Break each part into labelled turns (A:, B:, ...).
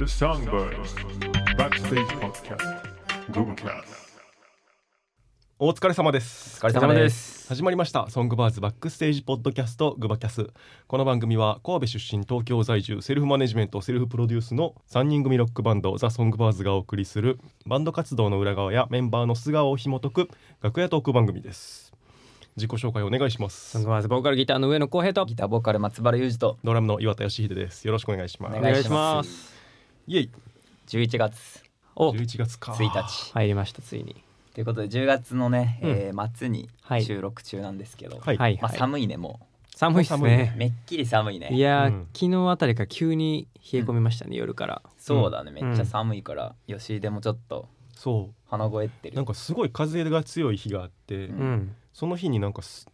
A: Songbirds Backstage Podcast Googlecast
B: お疲れ様です
C: お疲れ様です。
B: 始まりましたソングバーズバックステージポッドキャストグバキャスこの番組は神戸出身東京在住セルフマネジメントセルフプロデュースの3人組ロックバンドザ・ソングバーズがお送りするバンド活動の裏側やメンバーの素顔を紐解く楽屋トーク番組です自己紹介お願いしま
D: ソン
B: す
D: グバーズボーカルギターの上野浩平と。
C: ギターボーカル松原裕二と
B: ドラムの岩田義秀ですよろしくお願いします
C: お願いします
B: イエイ
C: 11月
D: お
B: 11月か
C: 1日
D: 入りましたついに。
C: ということで10月のね、
B: うん
C: えー末に
D: はい
C: 収録中なんですけど、
B: はい
D: はい
C: ま
D: は
C: あ、
D: い。
C: 寒いねも
D: 寒いです
C: う
D: ね。
C: めっきり寒いね
D: いやー、
B: うん
D: 昨日あたりから急に冷え込みましたね、夜から。
C: そうだね、
D: うん
C: めっちゃ寒いから、吉井でもちょっと
B: そ
C: 鼻声って
B: う
C: る
B: なんかすごい風が強い日があって、
C: うん
D: うん。
B: その日になんかす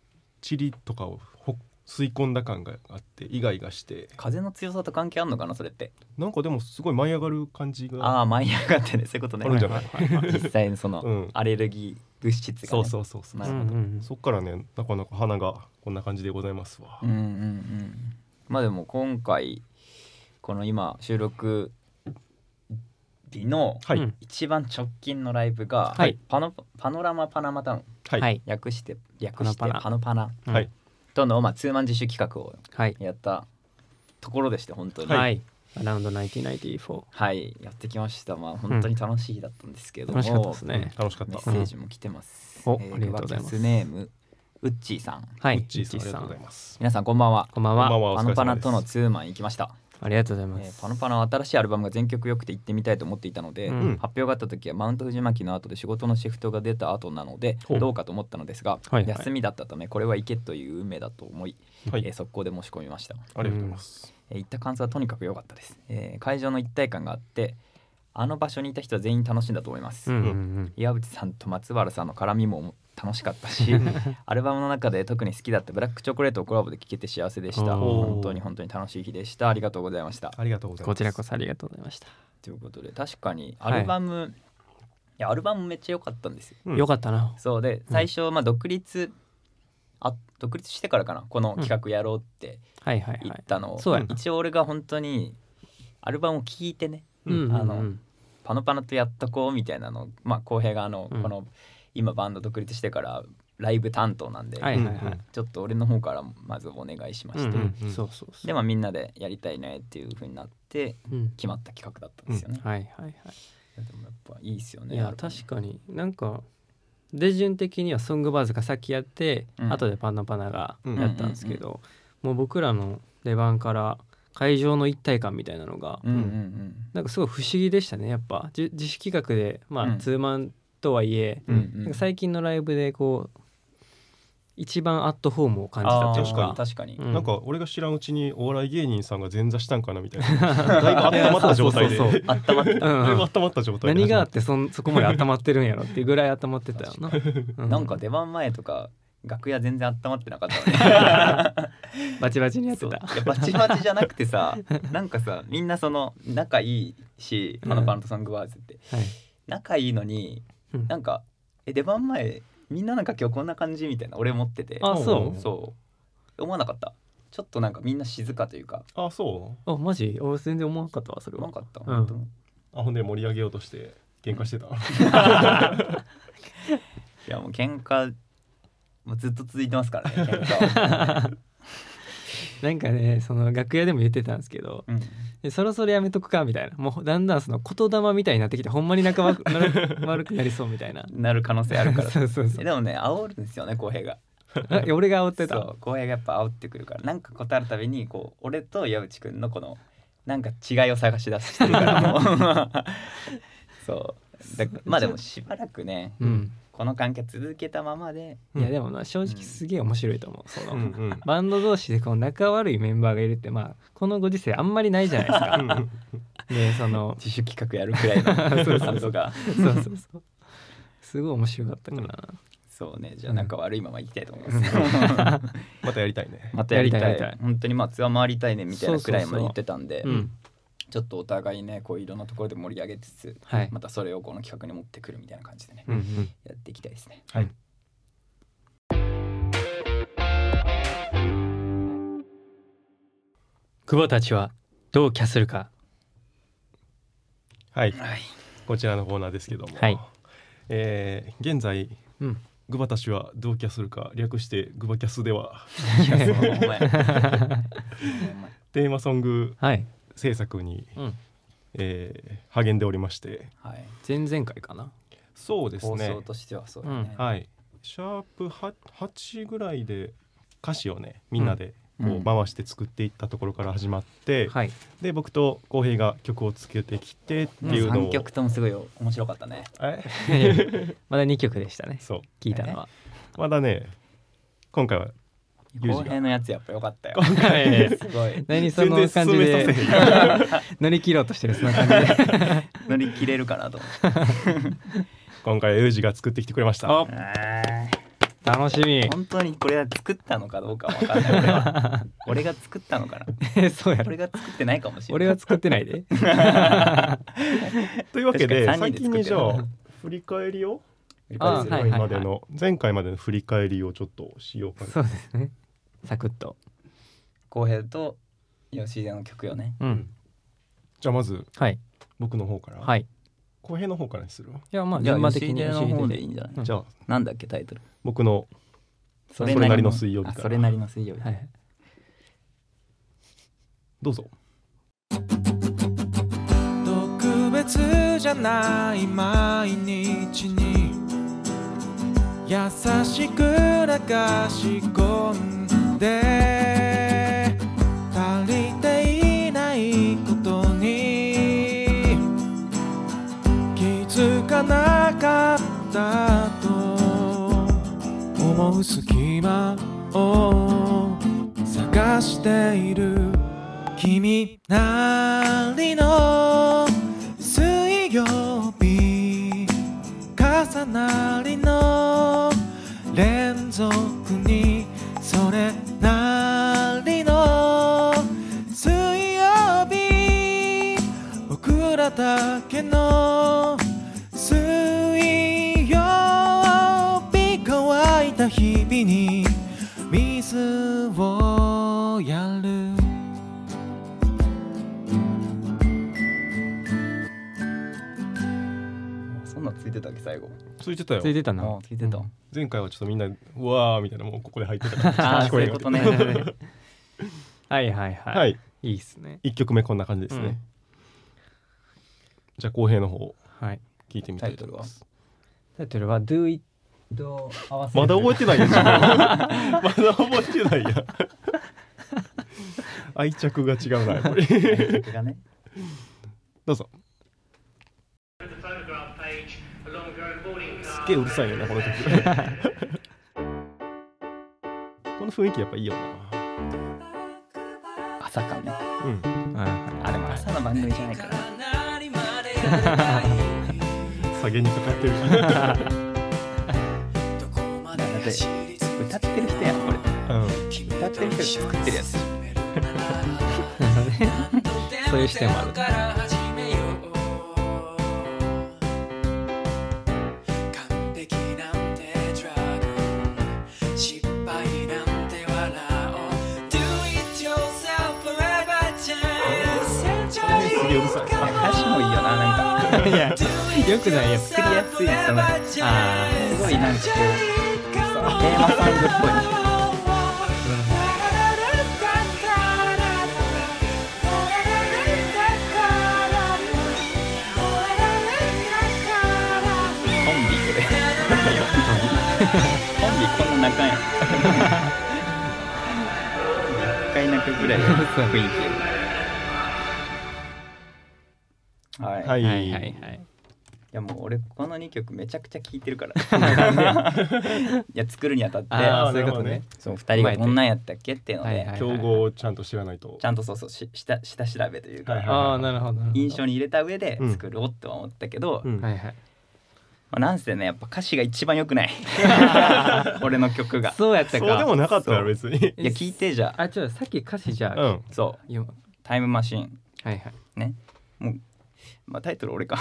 B: 塵とかをほ吸い込んだ感があってイガイガして
C: 風の強さと関係あんのかなそれって
B: なんかでもすごい舞い上がる感じ
C: あ
B: があ
C: あ舞い上がってねそういうことね
B: るんじゃない、
C: 実際のその、
B: うん
C: アレルギー物質が、 ね、
B: そうそうそうそう、
C: な
D: う
C: る
D: んう
C: ほど
D: ん
B: そっからねなかなか花がこんな感じでございますわ、
C: うんうんうんまあでも今回この今収録日の
B: はい、
D: うん
C: 一番直近のライブが、
D: はい
C: パノパノラマパナマタウン
B: はい、
D: はい。
C: 略して略して
D: パ
C: パ
D: ノパナ
C: ノパナ
D: うん
B: はい。
C: との、まあ、ツーマン自主企画を
D: はい。
C: やったところでして本当に
D: はい。
C: い、
D: ラウンド1994。
C: はいやってきましたまあ本当に楽しい日だったんですけども、
D: 楽しかったですね。
B: 楽しかっ
C: メ
B: た
C: ッセージも来てます、
D: うんおありがとうございます
C: ルバキャスネームウッチーさん
D: は
B: う
D: い
B: っ。ちーさんあ
D: うっち
B: り
D: ー
B: がとうございます
C: 皆さんこんばんは
D: こんばん
B: こんばん
D: は。
B: はお
C: パ
B: 疲れ様
C: ノ
B: です
C: パナとのツーマン行きました
D: ありがとうございま
C: えー
D: す。
C: パノパナは新しいアルバムが全曲良くて行ってみたいと思っていたので、
D: うん
B: うん
C: 発表があった時はマウント藤巻の後で仕事のシフトが出た後なので
B: ほう
C: どうかと思ったのですが、
D: はいはい
C: 休みだったためこれは行けという運命だと思い、
B: はい、
C: えー速攻で申し込みました、
B: ありがとうございます、
C: えー行った感想はとにかく良かったです、えー会場の一体感があってあの場所にいた人は全員楽しんだと思います、
D: うんうんうん。
C: 岩渕さんと松原さんの絡みも楽しかったし アルバムの中で特に好きだったブラックチョコレートをコラボで聴けて幸せでした
B: おー
C: 本当に本当に楽しい日でしたありがとうございました
B: ありがとうございます
D: こちらこそありがとうございました。
C: ということで確かにア
D: はい
C: ルバム、い、やアルバムめっちゃ良かったんですよ
B: うん
D: よかったな。
C: そうで最初、まあ独立あ独立してからかなこの企画やろうって
D: はいはい
C: 言
D: は
C: っ
D: い。
C: たのを、
D: そうやな
C: 一応俺が本当にアルバムを聴いてね
D: うんうんうん。
C: あのパノパノとやっとこうみたいなのをまあ浩平があの、
D: うん
C: この今バンド独立してからライブ担当なんで、
D: はいはいは
B: うんう
D: い
B: ん。
C: ちょっと俺の方からまずお願いしま
D: う
C: して、
D: ん
B: う
D: うんん。そうそうそう。
C: でまあみんなでやりたいねっていう風になって
D: うん。
C: 決まった企画だったんですよね、
D: はいはいはい。
C: でもやっぱいいですよね
D: いや確かになんか手順的にはソングバーズが先やって、
C: うん
D: 後でパンナパナが
B: うん
D: やったんですけど、もう僕らの出番から会場の一体感みたいなのが、
C: うんうんうん
D: なんかすごい不思議でしたねやっぱじ自主企画でまあ、
C: うん
D: ツーマンとはいえ、
C: うんうん
D: なんか最近のライブでこう一番アットホームを感じたという
C: あー
D: か。
C: 確かに
D: う
B: なんか俺が知らんうちにお笑い芸人さんが前座したんかなみたいなだいぶ温まった状態で
D: そうそう
C: あったまってた
D: うん
B: だいぶ
D: う
B: 温
D: ん
B: まった状態で
D: 何があってそん そこまで温まってるんやろっていうぐらい温まってたよな。う
C: なんか出番前とか楽屋全然温まってなかった ね
D: バチバチにやって
C: そう
D: た。
C: いやバチバチじゃなくてさなんかさみんなその仲いいし
D: うん
C: あのバンドソングワーズって
D: はい
C: 仲いいのに
D: うん
C: なんかえ出番前みんななんか今日こんな感じみたいな俺思ってて
D: あそう
C: そう思わなかったちょっとなんかみんな静かというか
B: あそ
D: あマジ俺全然思わなかったわそれ
C: 思わ
D: は
C: なかった、
D: ん
C: 本当い
B: あほんで盛り上げようとして喧嘩してた
C: やもう喧嘩もうずっと続いてますからね喧嘩 は、
D: なんかねその楽屋でも言ってたんですけど
C: うん、
D: でそろそろやめとくかみたいなもうだんだんその言霊みたいになってきてほんまに仲悪くなる悪くなりそうみたいな
C: なる可能性あるから
D: そうそうそ
C: え
D: う
C: でもね煽るんですよね浩平が
D: あいや俺が煽って
C: そ
D: た
C: う浩平がやっぱ煽ってくるからなんか答えるたびにこう俺と矢口くんのこのなんか違いを探し出してるからも うそうだまあでもしばらくね
D: うん
C: この関係続けたままで
D: いやでもな正直すげえ面白いと思うその、
B: うんうん
D: バンド同士でこう仲悪いメンバーがいるってまあこのご時世あんまりないじゃないですかでその
C: 自主企画やるくらい のバンドが
D: そうそうそうすごい面白かったから、
C: そうねじゃあなんか悪いまま行きたいと思います、
B: またやりたいね
C: またやりたい
D: やりたいやりたい
C: 本当にまあツアー回りたいねみたいなくらいまで言ってたんで
D: うん
C: ちょっとお互いねこういろんなところで盛り上げつつ、
D: はい
C: またそれをこの企画に持ってくるみたいな感じでね、
B: うんうん
C: やっていきたいですね
B: はい
D: 久保たちはどうキャするか
B: はい
C: はい
B: こちらのコーナーですけども、
D: はい
B: えー現在
D: うん
B: グバタ氏はどうキャするか略してグバキャスでは
C: いやそうお前
B: テーマソング
D: はい、
B: 制作に、
D: うん、
B: えー励んでおりまして
C: はい
D: 前々回かな
B: そうです
C: 放
B: ね
C: 送としてはそうだね、
B: はい、シャープは8ぐらいで歌詞をねみんなで
C: う
B: こ
C: んうん
B: う回して作っていったところから始まって、
D: はい
B: で僕と浩平が曲をつけてきてっていうのを、
C: 3曲ともすごい面白かったね
B: え
D: まだ2曲でしたね
B: そう
D: 聞いたのは、
B: まだね今回はユージが
C: 後編のやつやっぱ良かったよ
D: はい
C: すごい
D: 何その感じ
B: 全然
D: で
B: 進め
D: 乗り切ろうとしてるその感じで
C: 乗り切れるかなと思って
B: 今回はユージが作ってきてくれました
D: あ
C: あ
D: 楽しみ
C: ー本当にこれは作ったのかどうかわかんない俺は俺が作ったのかな
D: そうやろ
C: 俺が作ってないかもしれない
D: 俺は作ってないで
B: というわけで
C: 確か
B: 先
C: に三人で作って
B: に
C: る
B: じゃあ振り返りを
D: あ
B: 前
D: はい
B: 回までの、前回までの振り返りをちょっとしようかな
D: そうですねサクッと
C: 浩平と吉田の曲よね
D: うん
B: じゃあまず
D: はい
B: 僕の方から、
D: はいい
B: 浩平の方からにする、
D: やまあ
C: じゃ
D: 順
C: あ
D: 番的
C: 吉
D: に
C: 田
D: 教
C: の方
D: えてい
C: で
D: て
C: いいんじゃない、
D: うん
B: じゃあ
C: なんだっけタイトル
B: 僕の
C: そ
B: れなりの水曜日
C: あ
B: から
C: それなりの水曜日、
D: はい
B: どうぞ
E: 特別じゃない毎日に優しく流し込んで足りていないことに気づかなかったと思う隙間を探している君なりの水曜日重なりの連続にそれなりの水曜日僕らだけの水曜日乾いた日々に水をやる
C: そんなんついてたっけ最後
B: ついてたよ
D: ついてた
C: あ
D: な
C: ーついてた、
D: うん
B: 前回はちょっとみんな「うわー」みたいなもうここで入ってたから
C: あ あ
B: 聞
C: そ
B: こ
C: う
B: え
C: い
B: なか
C: うこ
B: っ
C: と
B: た
C: ね
D: はいはいはい、
B: はい、
D: いいっすね
B: 一1曲目こんな感じですね、
D: うん
B: じゃあ浩平の方
D: はい
B: 聞いてみたいと思います
D: タイトルは Do It 合わせ
B: まだ覚えてないよ自 分まだ覚えてないや愛着が違うなやっ ぱり
C: 曲がね
B: どうぞ
F: The photograph page along with your own boarding
B: す
F: card.
B: っげえうるさいよなこの 曲この雰囲気やっぱいいよな
C: 朝かね
B: うん
C: あでも朝の番組じゃない から
B: 下げにかかってる
C: だって歌ってる人やんこれ
B: うん
C: 歌ってる人が作ってるやつ
D: そういう視点もある
E: 完璧なんてドラゴン失敗なんて笑おう Do it yourself forever chance
B: すげえうるさい
C: 歌詞もいいよななんか
D: いやよくないや
C: 作りやすいその
D: あ
C: すごいなんかこうさテーマソングっぽいコンビこれコンビこんな 仲やん1回泣くぐらいの雰囲気は い、、
B: はいい、
D: ーはいはいはい
C: やもう俺この2曲めちゃくちゃ聴いてるから いや作るにあたって
D: あ
B: ー
D: あそういうことね
C: その2人がこんなんやったっけっていうので、
D: はいはい
B: 競合をちゃんと知らないと
C: ちゃんとそうそうし下下調べというか、
B: はいはい
D: ああなるほどなるほど
C: 印象に入れた上で
B: うん
C: 作ろうって思ったけど、
B: う
C: ま
B: ん
D: はいはい
C: あ、なんせねやっぱ歌詞が一番良くない俺の曲が
D: そうやった
B: そうでも
D: か
B: なかったよ別に
C: いや聞いてじゃあ
D: あちょっとさっき歌詞じゃ
B: う
D: あ
B: ん
C: そう
D: 読む
C: タイムマシン
D: はい はい
C: ねもうまあタイトル俺か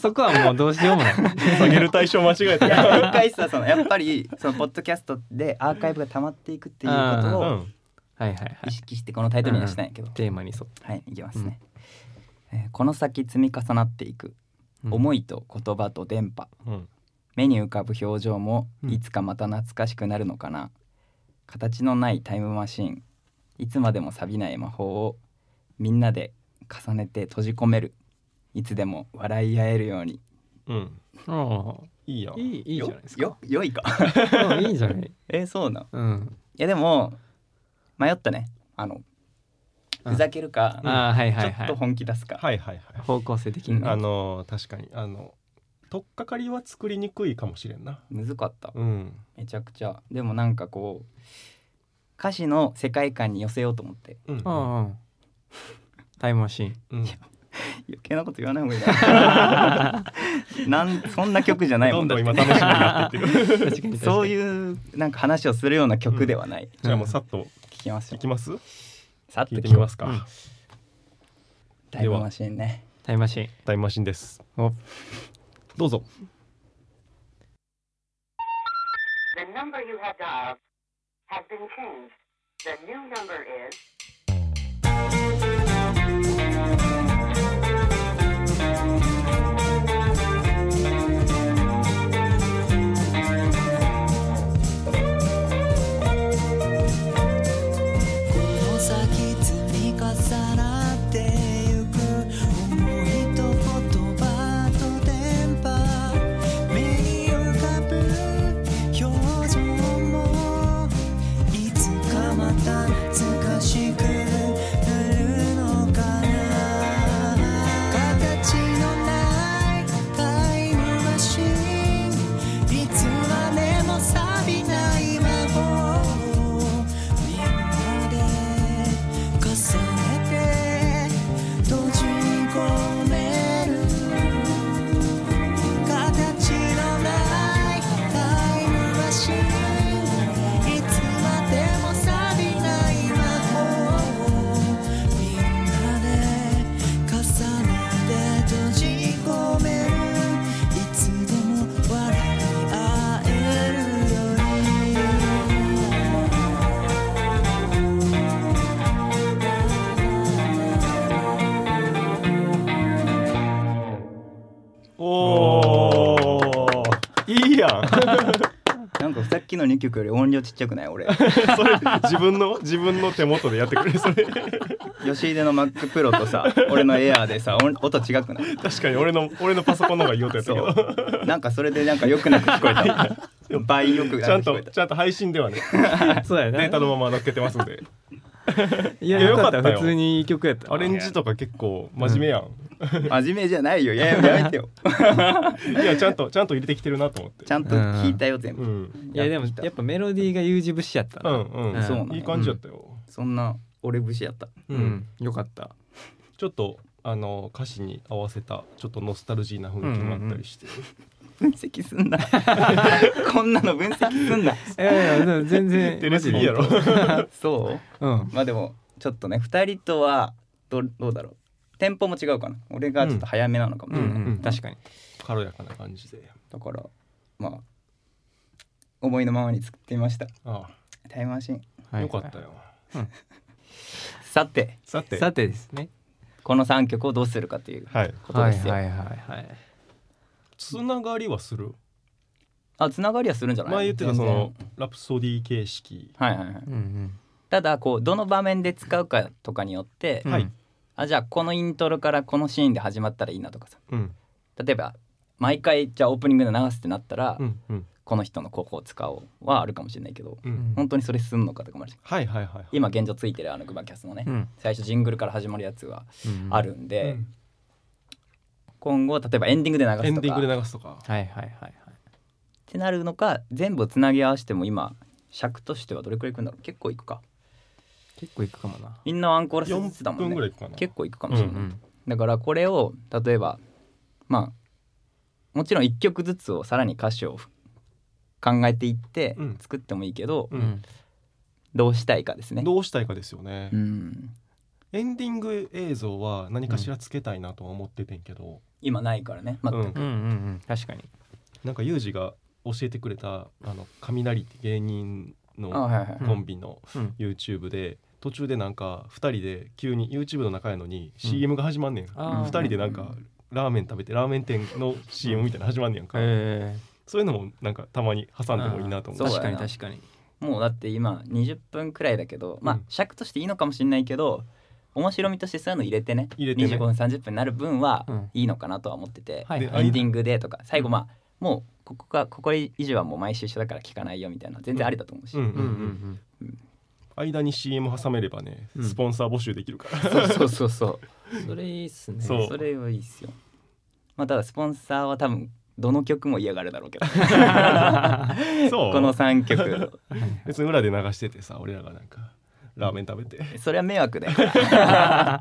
D: そこはもうどうしようもない。
B: 下げる対象間違え
C: い
B: たよ
C: や一回さその やっぱりそのポッドキャストでアーカイブが溜まっていくっていうこと
B: う
C: を
B: ん
D: はいはいはい
C: 意。識してこのタイトルにはしたんやけど、
D: テーマに沿って。
C: はいいきますね、えーこの先積み重なっていく
D: うん
C: 思いと言葉と電波
B: うん
C: 目に浮かぶ表情も
B: うん
C: いつかまた懐かしくなるのかな、形のないタイムマシンいつまでも錆びない魔法をみんなで重ねて閉じ込めるいつでも笑い合えるように
B: うん
D: あ
B: いいやん
D: あいいいいじゃないですか
C: よよよいか
D: うんいいんじゃない
C: えーそうなのい
D: うん
C: やでも迷ったねあの
D: うん
C: ふざけるか、
D: ああはい
C: ち
D: は
C: ょ
D: いは
C: っと
D: い
C: 本気出すか、
B: はいはいはい
D: 方向性的
C: う
D: に
C: ん
D: ね
B: あのー確かにあの取っかかりは作りにくいかもしれんな
C: むずかった
B: うん
C: めちゃくちゃでもなんかこう歌詞の世界観に寄せようと思って
B: うん
D: うんうんタイムマシーン
B: うん
C: 余計なこと言わない方がい いななんそんな曲じゃない
B: ど
C: もん
B: ん
C: だ
B: ど
C: っ
B: ん
C: て
B: 今楽しみになってってる
D: 確かに確かに
C: そういうなんか話をするような曲ではない、
B: じゃあもうさっと
C: 聞きます
B: い
C: よ
B: きます
C: さっと
B: 聞いてみますすか、
D: うん
C: タイムマシンね
D: タイムマシーン
B: タイムマシンです
D: お
B: どうぞ
G: The number you have dialed has been changed. The new number is
H: この先積み重なってゆく思いと言葉と電波目に浮かぶ表情もいつかまた懐かしくなるのかな形のないタイムマシンいつまでも錆びない魔法をみんなで重ねて閉じ込める形のないタイムマシンいつまでも錆びない魔法をみんなで重ねて閉じ込めるいつでも笑い合えるように
B: おーいいやん
C: なんかさっきの2曲より音量ちっちゃくな い俺
B: それ自分の自分の手元でやってくれそれ
C: 吉出の MacPro とさ俺の Air でさ音音違くない
B: 確かに俺の俺のパソコンの方がいい音やった
C: そ
B: けど
C: う なんかそれでなんかよくなく聞こえた倍よく
B: ちゃ
C: なんく聞ことえた
B: ちゃんと配信ではね
D: そうやな
B: データのまま乗っけてますんで
D: いや
B: いや
D: よかった
B: よかったよ
D: 普通にいい曲やった
B: アレンジとか結構真面目やん、
C: 真面目じゃないよいややめてよ
B: いやちゃんとちゃんと入れてきてるなと思って
C: ちゃんと聞いたよ全部、
B: うん
D: いやでもやっぱメロディーが U 字節やった
B: う
D: な、
B: んうん、
D: うん
C: そうなの
B: いい感じだったよ、
C: そんな俺節やった
D: うんよかった
B: ちょっとあの歌詞に合わせたちょっとノスタルジーな雰囲気もあったりして、
C: 分析す んなこんなの分析すんない
D: やいやでも全然
B: テレビいいやろ
C: そう
D: うん
C: まあでもちょっとね2人とはどどうだろうテンポも違うかな俺がちょっと早めなのかもし
D: う
C: れない、
D: んうん確かに
B: 軽やかな感じで
C: だからまあ思いのままに作ってみました
B: あ
C: タイムマシン
B: あよかったよ、
C: さて
B: さて
D: さてですね
C: この3曲をどうするかという
B: はい
C: ことですよ、
D: いはいはい
B: つながりはする
C: あつながりはするんじゃない
B: 前言ってた
C: 全
B: そ
C: 然
B: のラプソディ形式
C: はいはいはい
D: うんうん
C: ただこうどの場面で使うかとかによって、
D: うん
B: はい
C: あじゃあこのイントロからこのシーンで始まったらいいなとかさ
B: うん
C: 例えば毎回じゃあオープニングで流すってなったら、
B: うんうん
C: この人のここを使おうはあるかもしれないけど
B: うん、
C: 本当にそれすんのかとかもあるし
B: はいはいはいはい
C: 今現状ついてるあのグバキャスのね、
D: うん
C: 最初ジングルから始まるやつは
D: うん
C: あるんで、
B: うん
C: 今後例えばエンディングで流
B: エ
C: す
B: ン
C: と
B: ディン
C: か
B: グ
C: っ
B: で流すとか
D: はいはいはいはい
C: てなるのか全部をつなぎ合わせても今尺としてはどれくらいいくんだろう結構いくか
D: 結構いくかもな
C: みんなワンコーラスずつだ
B: 4
C: もん
B: 分
C: ね
B: ぐらいいくかな
C: 結構いくかもしれない、
B: うん
C: だからこれを例えばまあもちろん1曲ずつをさらに歌詞を考えていって
B: うん
C: 作ってもいいけど、
B: うん
C: どうしたいかですね。
B: どうしたいかですよね、
C: うん
B: エンディング映像は何かしらつけたいなとは思っててんけど、
C: 今ないからね、まあ
B: うん
D: うんうん確かに
B: なんかユージが教えてくれたあの雷って芸人
C: あ
B: の
C: はいはいはい
B: コンビの
D: うん
B: YouTube で途中でなんか2人で急に YouTube の中やのに CM が始まんねん、二
D: あー
B: 2人でなんかラーメン食べてラーメン店の CM みたいなの始まんねやんか、
D: え
B: そういうのもなんかたまに挟んでもいいなと思
C: あ
B: う
C: ーそう
D: 確か
C: や
D: に
C: な
D: 確かに
C: もうだって今20分くらいだけどま
D: う
C: あ
D: ん
C: 尺としていいのかもしれないけど面白みとしてそういうの入れてね
B: 入れてね
C: 25分30分になる分は
D: うん
C: いいのかなとは思ってて、
D: はい
B: で
D: は
C: エ
D: い
C: ンディングでとか最後まあもうここがここ以上はもう毎週一緒だから聞かないよみたいな全然ありだと思うし、
B: うんうん
D: うんう
B: うん
D: ん
B: 間に CM 挟めればね
D: うん
B: スポンサー募集できる から、
C: そうそうそうそう
D: うんそれいいっすね
B: そう
C: それはいいっすよまあただスポンサーは多分どの曲も嫌がるだろうけど
B: そう
C: この3曲
B: 別に裏で流しててさ俺らがなんかラーメン食べて
C: それは迷惑だ よ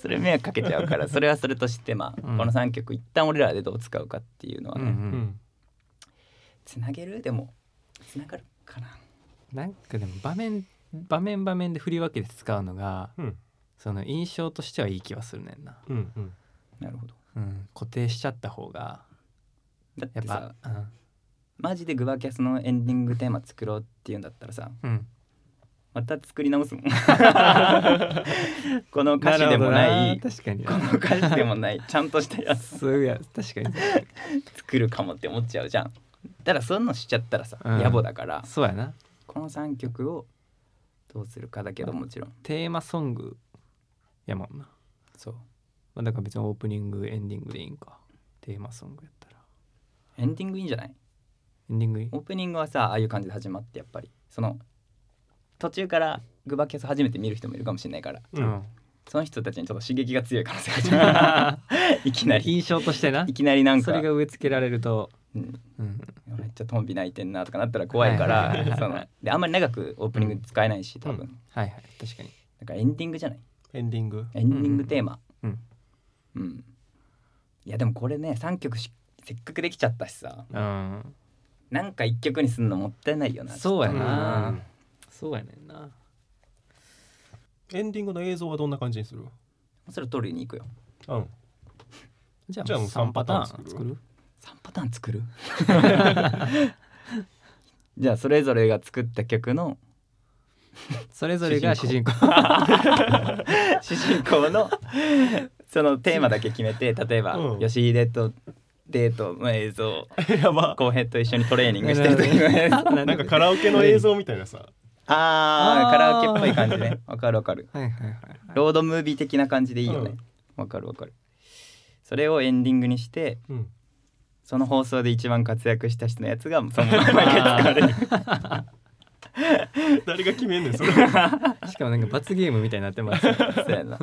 C: それ迷惑かけちゃうからそれはそれとしてまあ、
D: うん
C: この3曲一旦俺らでどう使うかっていうのは
D: うん
C: ね、
D: うん
C: つなげるでもつながるかな
D: なんかでも場面場面場面で振り分けて使うのが
B: うん
D: その印象としてはいい気はするねんな、
B: うんうん
C: なるほど
D: うん、固定しちゃった方が
C: だっ
D: やって
C: さ
D: ぱうん
C: マジでグバキャスのエンディングテーマ作ろうっていうんだったらさ
D: うん
C: また作り直 すもんこの歌詞でもない
D: るほど確かに
C: この歌詞でもないちゃんとしたやつ
D: そういや確かに
C: 作るかもって思っちゃうじゃんただそんなのしちゃったらさ、
D: うん
C: 野暮だから
D: そうやな
C: この3曲をどうするかだけどもちろん
D: テーマソングやもんな、
C: そう
D: まあ、だから別にオープニングエンディングでいいんかテーマソングやったら
C: エンディングいいんじゃない
D: エンディングいい
C: オープニングはさああいう感じで始まってやっぱりその途中からグバキャス初めて見る人もいるかもしれないから
B: うん
C: その人たちにちょっと刺激が強い可能性がある いきなり
D: 印象としてない
C: きなりなん
D: そ
C: か
D: れが植え付けられると、
C: うん
D: うん、
C: めっちゃトンビ泣いてんなとかなったら怖いか
D: はいはいはいは
C: ら
D: い
C: そのであんまり長くオープニング使えないし多分、
B: うん
D: はいはい確かに
C: だからエンディングじゃない
B: エンディング
C: エンディングテーマ
D: うん
C: うん、いやでもこれね3曲しせっかくできちゃったしさ
D: うん
C: なんか1曲にすんのもったいないよな
D: そうやな、
B: うん
D: そうやねんな
B: エンディングの映像はどんな感じにする
C: それを取りに行くよ
B: うん
D: じゃあ
B: じゃあもう
D: 3パターン
B: 三パターン
D: 作
B: 作
D: る
B: る
C: 3パターン作る じゃあそれぞれが作った曲の
D: それぞれが主人公
C: 主人 公のそのテーマだけ決めて例えば、
B: うん
C: 吉井とデートの映像
B: やば
C: 後編と一緒にトレーニングしてる時の映像あ
B: なんかカラオケの映像みたいなさ
C: あー
D: あー
C: カラオケっぽい感じねわかるわかる
D: はいはいはいはい
C: ロードムービー的な感じでいいよ
B: う
C: ね
B: ん
C: わ、かるわかるそれをエンディングにして
B: うん
C: その放送で一番活躍した人のやつがそのまま毎回使われる
B: 誰が決めんねんそれ
D: しかもなんか罰ゲームみたいになってますよ
C: そうやな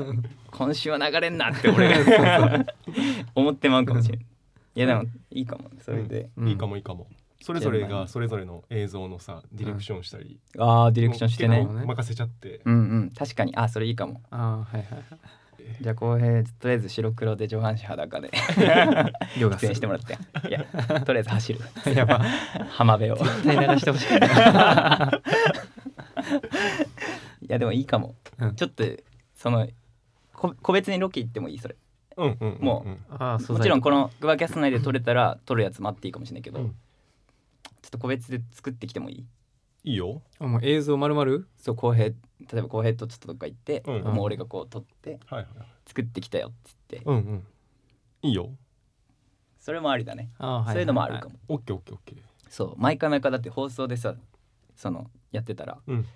C: 今週は流れんなって俺が思ってまうかもしれんいやでもいいかもそれで、
D: うん
B: いいかもいいかもそれぞれがそれぞれの映像のさディレクションしたり
C: ああ
B: デ
C: ディレクションしてね
B: 任せちゃって
C: うんうん確かにあそれいいかも
D: ああはいはいは
C: じゃあ浩平とりあえず白黒で上半身裸 で
D: いヨガ
C: 出演しても
D: ら
C: らっていやとりあえず走る やば浜辺を
D: 絶対流し てほしい
C: いやでもいいかも、
D: うん
C: ちょっとそのこ個別にロケ行ってもいいそれ
B: うんうんうん
C: もう
D: ああ
C: もちろんこのグバキャス内で撮れたら撮るやつ待っていいかもしれないけど、
B: うん
C: ちょっと個別で作ってきてもいい
B: いいよ
D: あもう映像まるまる
C: そう浩平例えば浩平とちょっとどっか行って、
B: うん
C: もう俺がこう撮って
B: はいはい
C: 作ってきたよって言って、
B: うんうんいいよ
C: それもありだね、
D: あ
C: そういうのもあるかも、
B: オッケーオッケーオッケー
C: そう毎回毎回だって放送でさそのやってたら
B: うん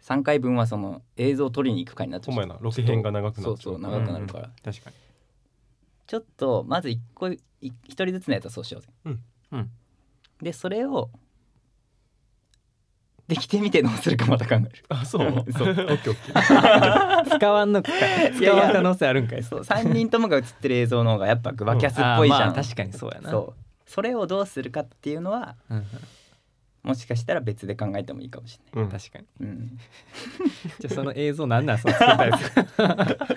C: 3回分はその映像を撮りに行くかになっちゃ
B: ほ
C: うん
B: まやなロケ編が長くなっちゃ
C: そううそう
D: な
C: 長くなるから、
D: 確かに
C: ちょっとまず一個い一人ずつのやつはそうしようぜ
B: うん
D: うん
C: でそれをできてみてどうするかまた考える
B: あそうオッケ
C: そう
B: ーオッケー
D: 使わんのか
C: いや
D: 使わん可能性あるんかい
C: そう3人ともが映ってる映像の方がやっぱグバキャスっぽいじゃん、
D: あーまあ確かにそうやな
C: そうそれをどうするかっていうのは
D: うんうん
C: もしかしたら別で考えてもいいかもし
B: うん
D: 確かに
C: れない、 うん、
D: じゃあその映像なんなんその作ったやつ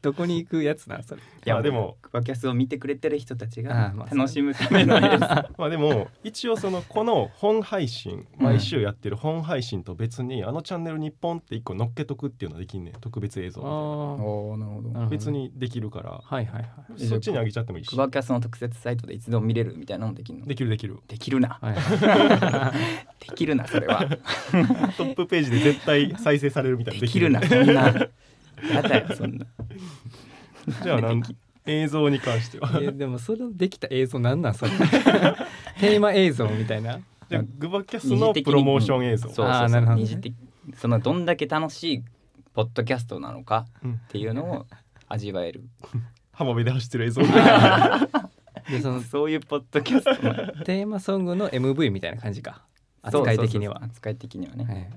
D: どこに行くやつなそれ
C: いや
B: まあでも
C: ワキャスを見てくれてる人たち
D: あ
C: が
D: ーまあ
C: 楽しむための やつ、
B: まあでも一応そのこの本配信
C: うん
B: 毎週やってる本配信と別にあのチャンネルにポンって一個乗っけとくっていうのできんねん特別映像みたいな
D: あ
C: おーなるほど
D: あ
B: 別にできるから
D: はいはいはい
C: うん
B: そっちにあげちゃってもいいし
C: クワキャスの特設サイトでいつでも見れるみたいなのもできるの
B: できるできる
C: できるな
D: はい
C: できるなそれ は
B: トップページで絶対再生されるみたい
C: で
B: な
C: きるなそんなやだよそんな
B: じゃあなん映像に関しては
D: いやでもそれできた映像なんなんそれ テーマ映像みたいな
B: じゃあグバキャスのプロモーション映像、
C: そう
D: あ
C: そ
D: ー
C: うそ
D: なるほ
C: う
D: どね
C: 二次的そのどんだけ楽しいポッドキャストなのか
B: うん
C: っていうのを味わえる
B: 浜辺で走ってる映像
D: でその
C: そういうポッドキャストの
D: テーマソングの MV みたいな感じか扱い的には
C: そうそうそう扱い的にはね、
D: はい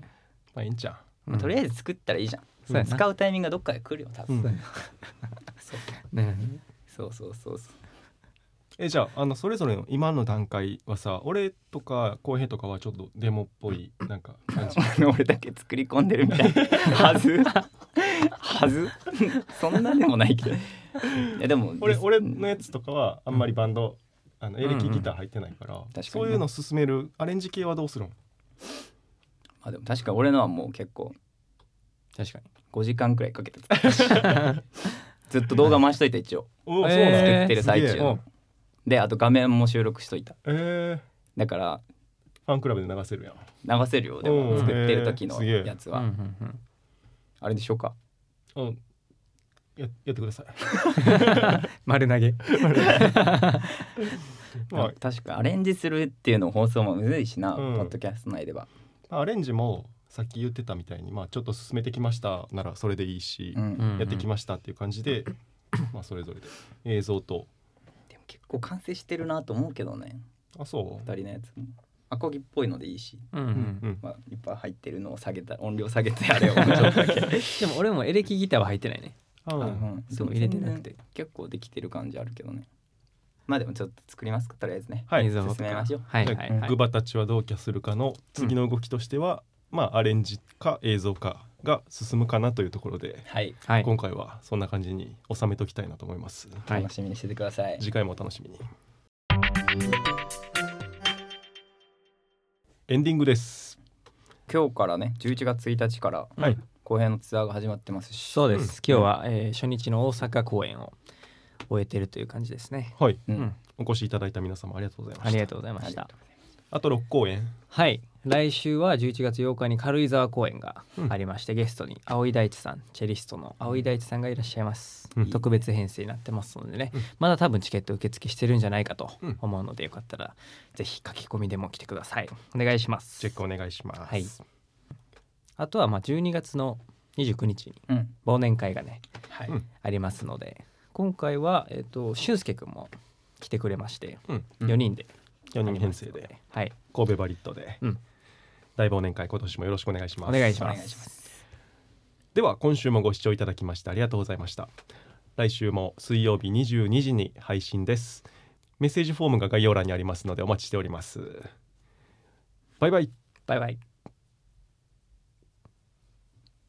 B: まあいいんちゃ
D: うん
C: とりあえず作ったらいいじゃん、
D: そうやな
C: 使うタイミングがどっかで来るよ多
B: う、う
C: 分、
B: ん
D: ね
C: そうそうそう そう
B: えじゃああのそれぞれの今の段階はさ俺とか浩平とかはちょっとデモっぽいなんか感じ
C: 俺だけ作り込んでるみたいは ずはずそんなでもないけどいやでも
B: 俺
C: です
B: 俺のやつとかはあんまりバンド、あのエレ
D: うんう
B: キ
D: ん
B: ギター入ってないから、
C: かにね
B: そういうの進めるアレンジ系はどうするん
C: まあでも確かに俺のはもう結構
D: 確かに
C: 5時間くらいかけて作った ずっと動画回しといた一応
B: おお、
D: えー
B: そうなん
C: 作ってる最
B: すげ
C: 中
B: え
C: のであと画面も収録しといた
B: えー、
C: だから
B: ファンクラブで流せるやん
C: 流せるよで
B: う
C: も
B: ん
C: 作ってる時の
B: へえすげえ
C: やつ
D: うんう
C: は、
D: んうん
C: あれでしょうか
B: うんややってください
D: 丸投げ
B: ま
C: 確かアレンジするっていうの放送もむずいしな、
B: うん
C: ポッドキャスト内では、
B: あアレンジもさっき言ってたみたいにまあちょっと進めてきましたならそれでいいし、
C: うん
B: やってきましたっていう感じで、まあそれぞれで映像と
C: でも結構完成してるなと思うけどね
B: あそ
C: 2
B: う
C: 人のやつもアコギっぽいのでいいし、
D: うんう
B: うんん
C: まあ、いっぱい入ってるのを下げた音量下げてあれをもうちょっとだけ、
D: でも俺もエレキギターは入ってないね
B: うん、うん
C: うん
D: でも入れてなくて
C: 全然結構できてる感じあるけどねまあでもちょっと作りますかとりあえずね
B: はい
D: 映像とか
C: 進めましょう
D: はいはい
B: じゃ
D: は
B: あ
D: い
B: グバたちはどうキャするかの次の動きとしては、まあアレンジか映像かが進むかなというところで、
C: はい
D: はい
B: 今回はそんな感じに収めときたいなと思います、
D: はい
C: 楽しみにしててください、
B: 次回もお楽しみにエンディングです
C: 今日からね11月1日から
B: はい
C: 後編のツアーが始まってますし
D: そうです今日はえー初日の大阪公演を終えてるという感じですね
B: はい、
C: うん
D: うん
B: お越しいただいた皆様ありがとうございま
D: あ
B: し
D: り
B: た
D: がとうございました
B: あと6公演
D: はい来週は11月8日に軽井沢公演がありまして、ゲストに青井大地さんチェリストの青井大地さんがいらっしゃいます、
B: うん
D: 特別編成になってますのでね、まだ多分チケット受付してるんじゃないかと
B: うん
D: 思うのでよかったらぜひ書き込みでも来てくださいお願いします
B: チェックお願いします、
D: はいあとはまあ12月の29日に
C: うん
D: 忘年会がね
C: はい、
B: うん
D: ありますので今回は、えっと俊介くんも来てくれまして
B: うん、
D: 4人で
B: 4人編成で
D: はい
B: 神戸バリットで、
D: うん
B: 大忘年会今年もよろしくお願いします
D: お願いし
C: お
D: ま
C: 願
D: す
C: いします
B: では今週もご視聴いただきましてありがとうございました来週も水曜日22時に配信ですメッセージフォームが概要欄にありますのでお待ちしておりますバイバイ
D: バイバイ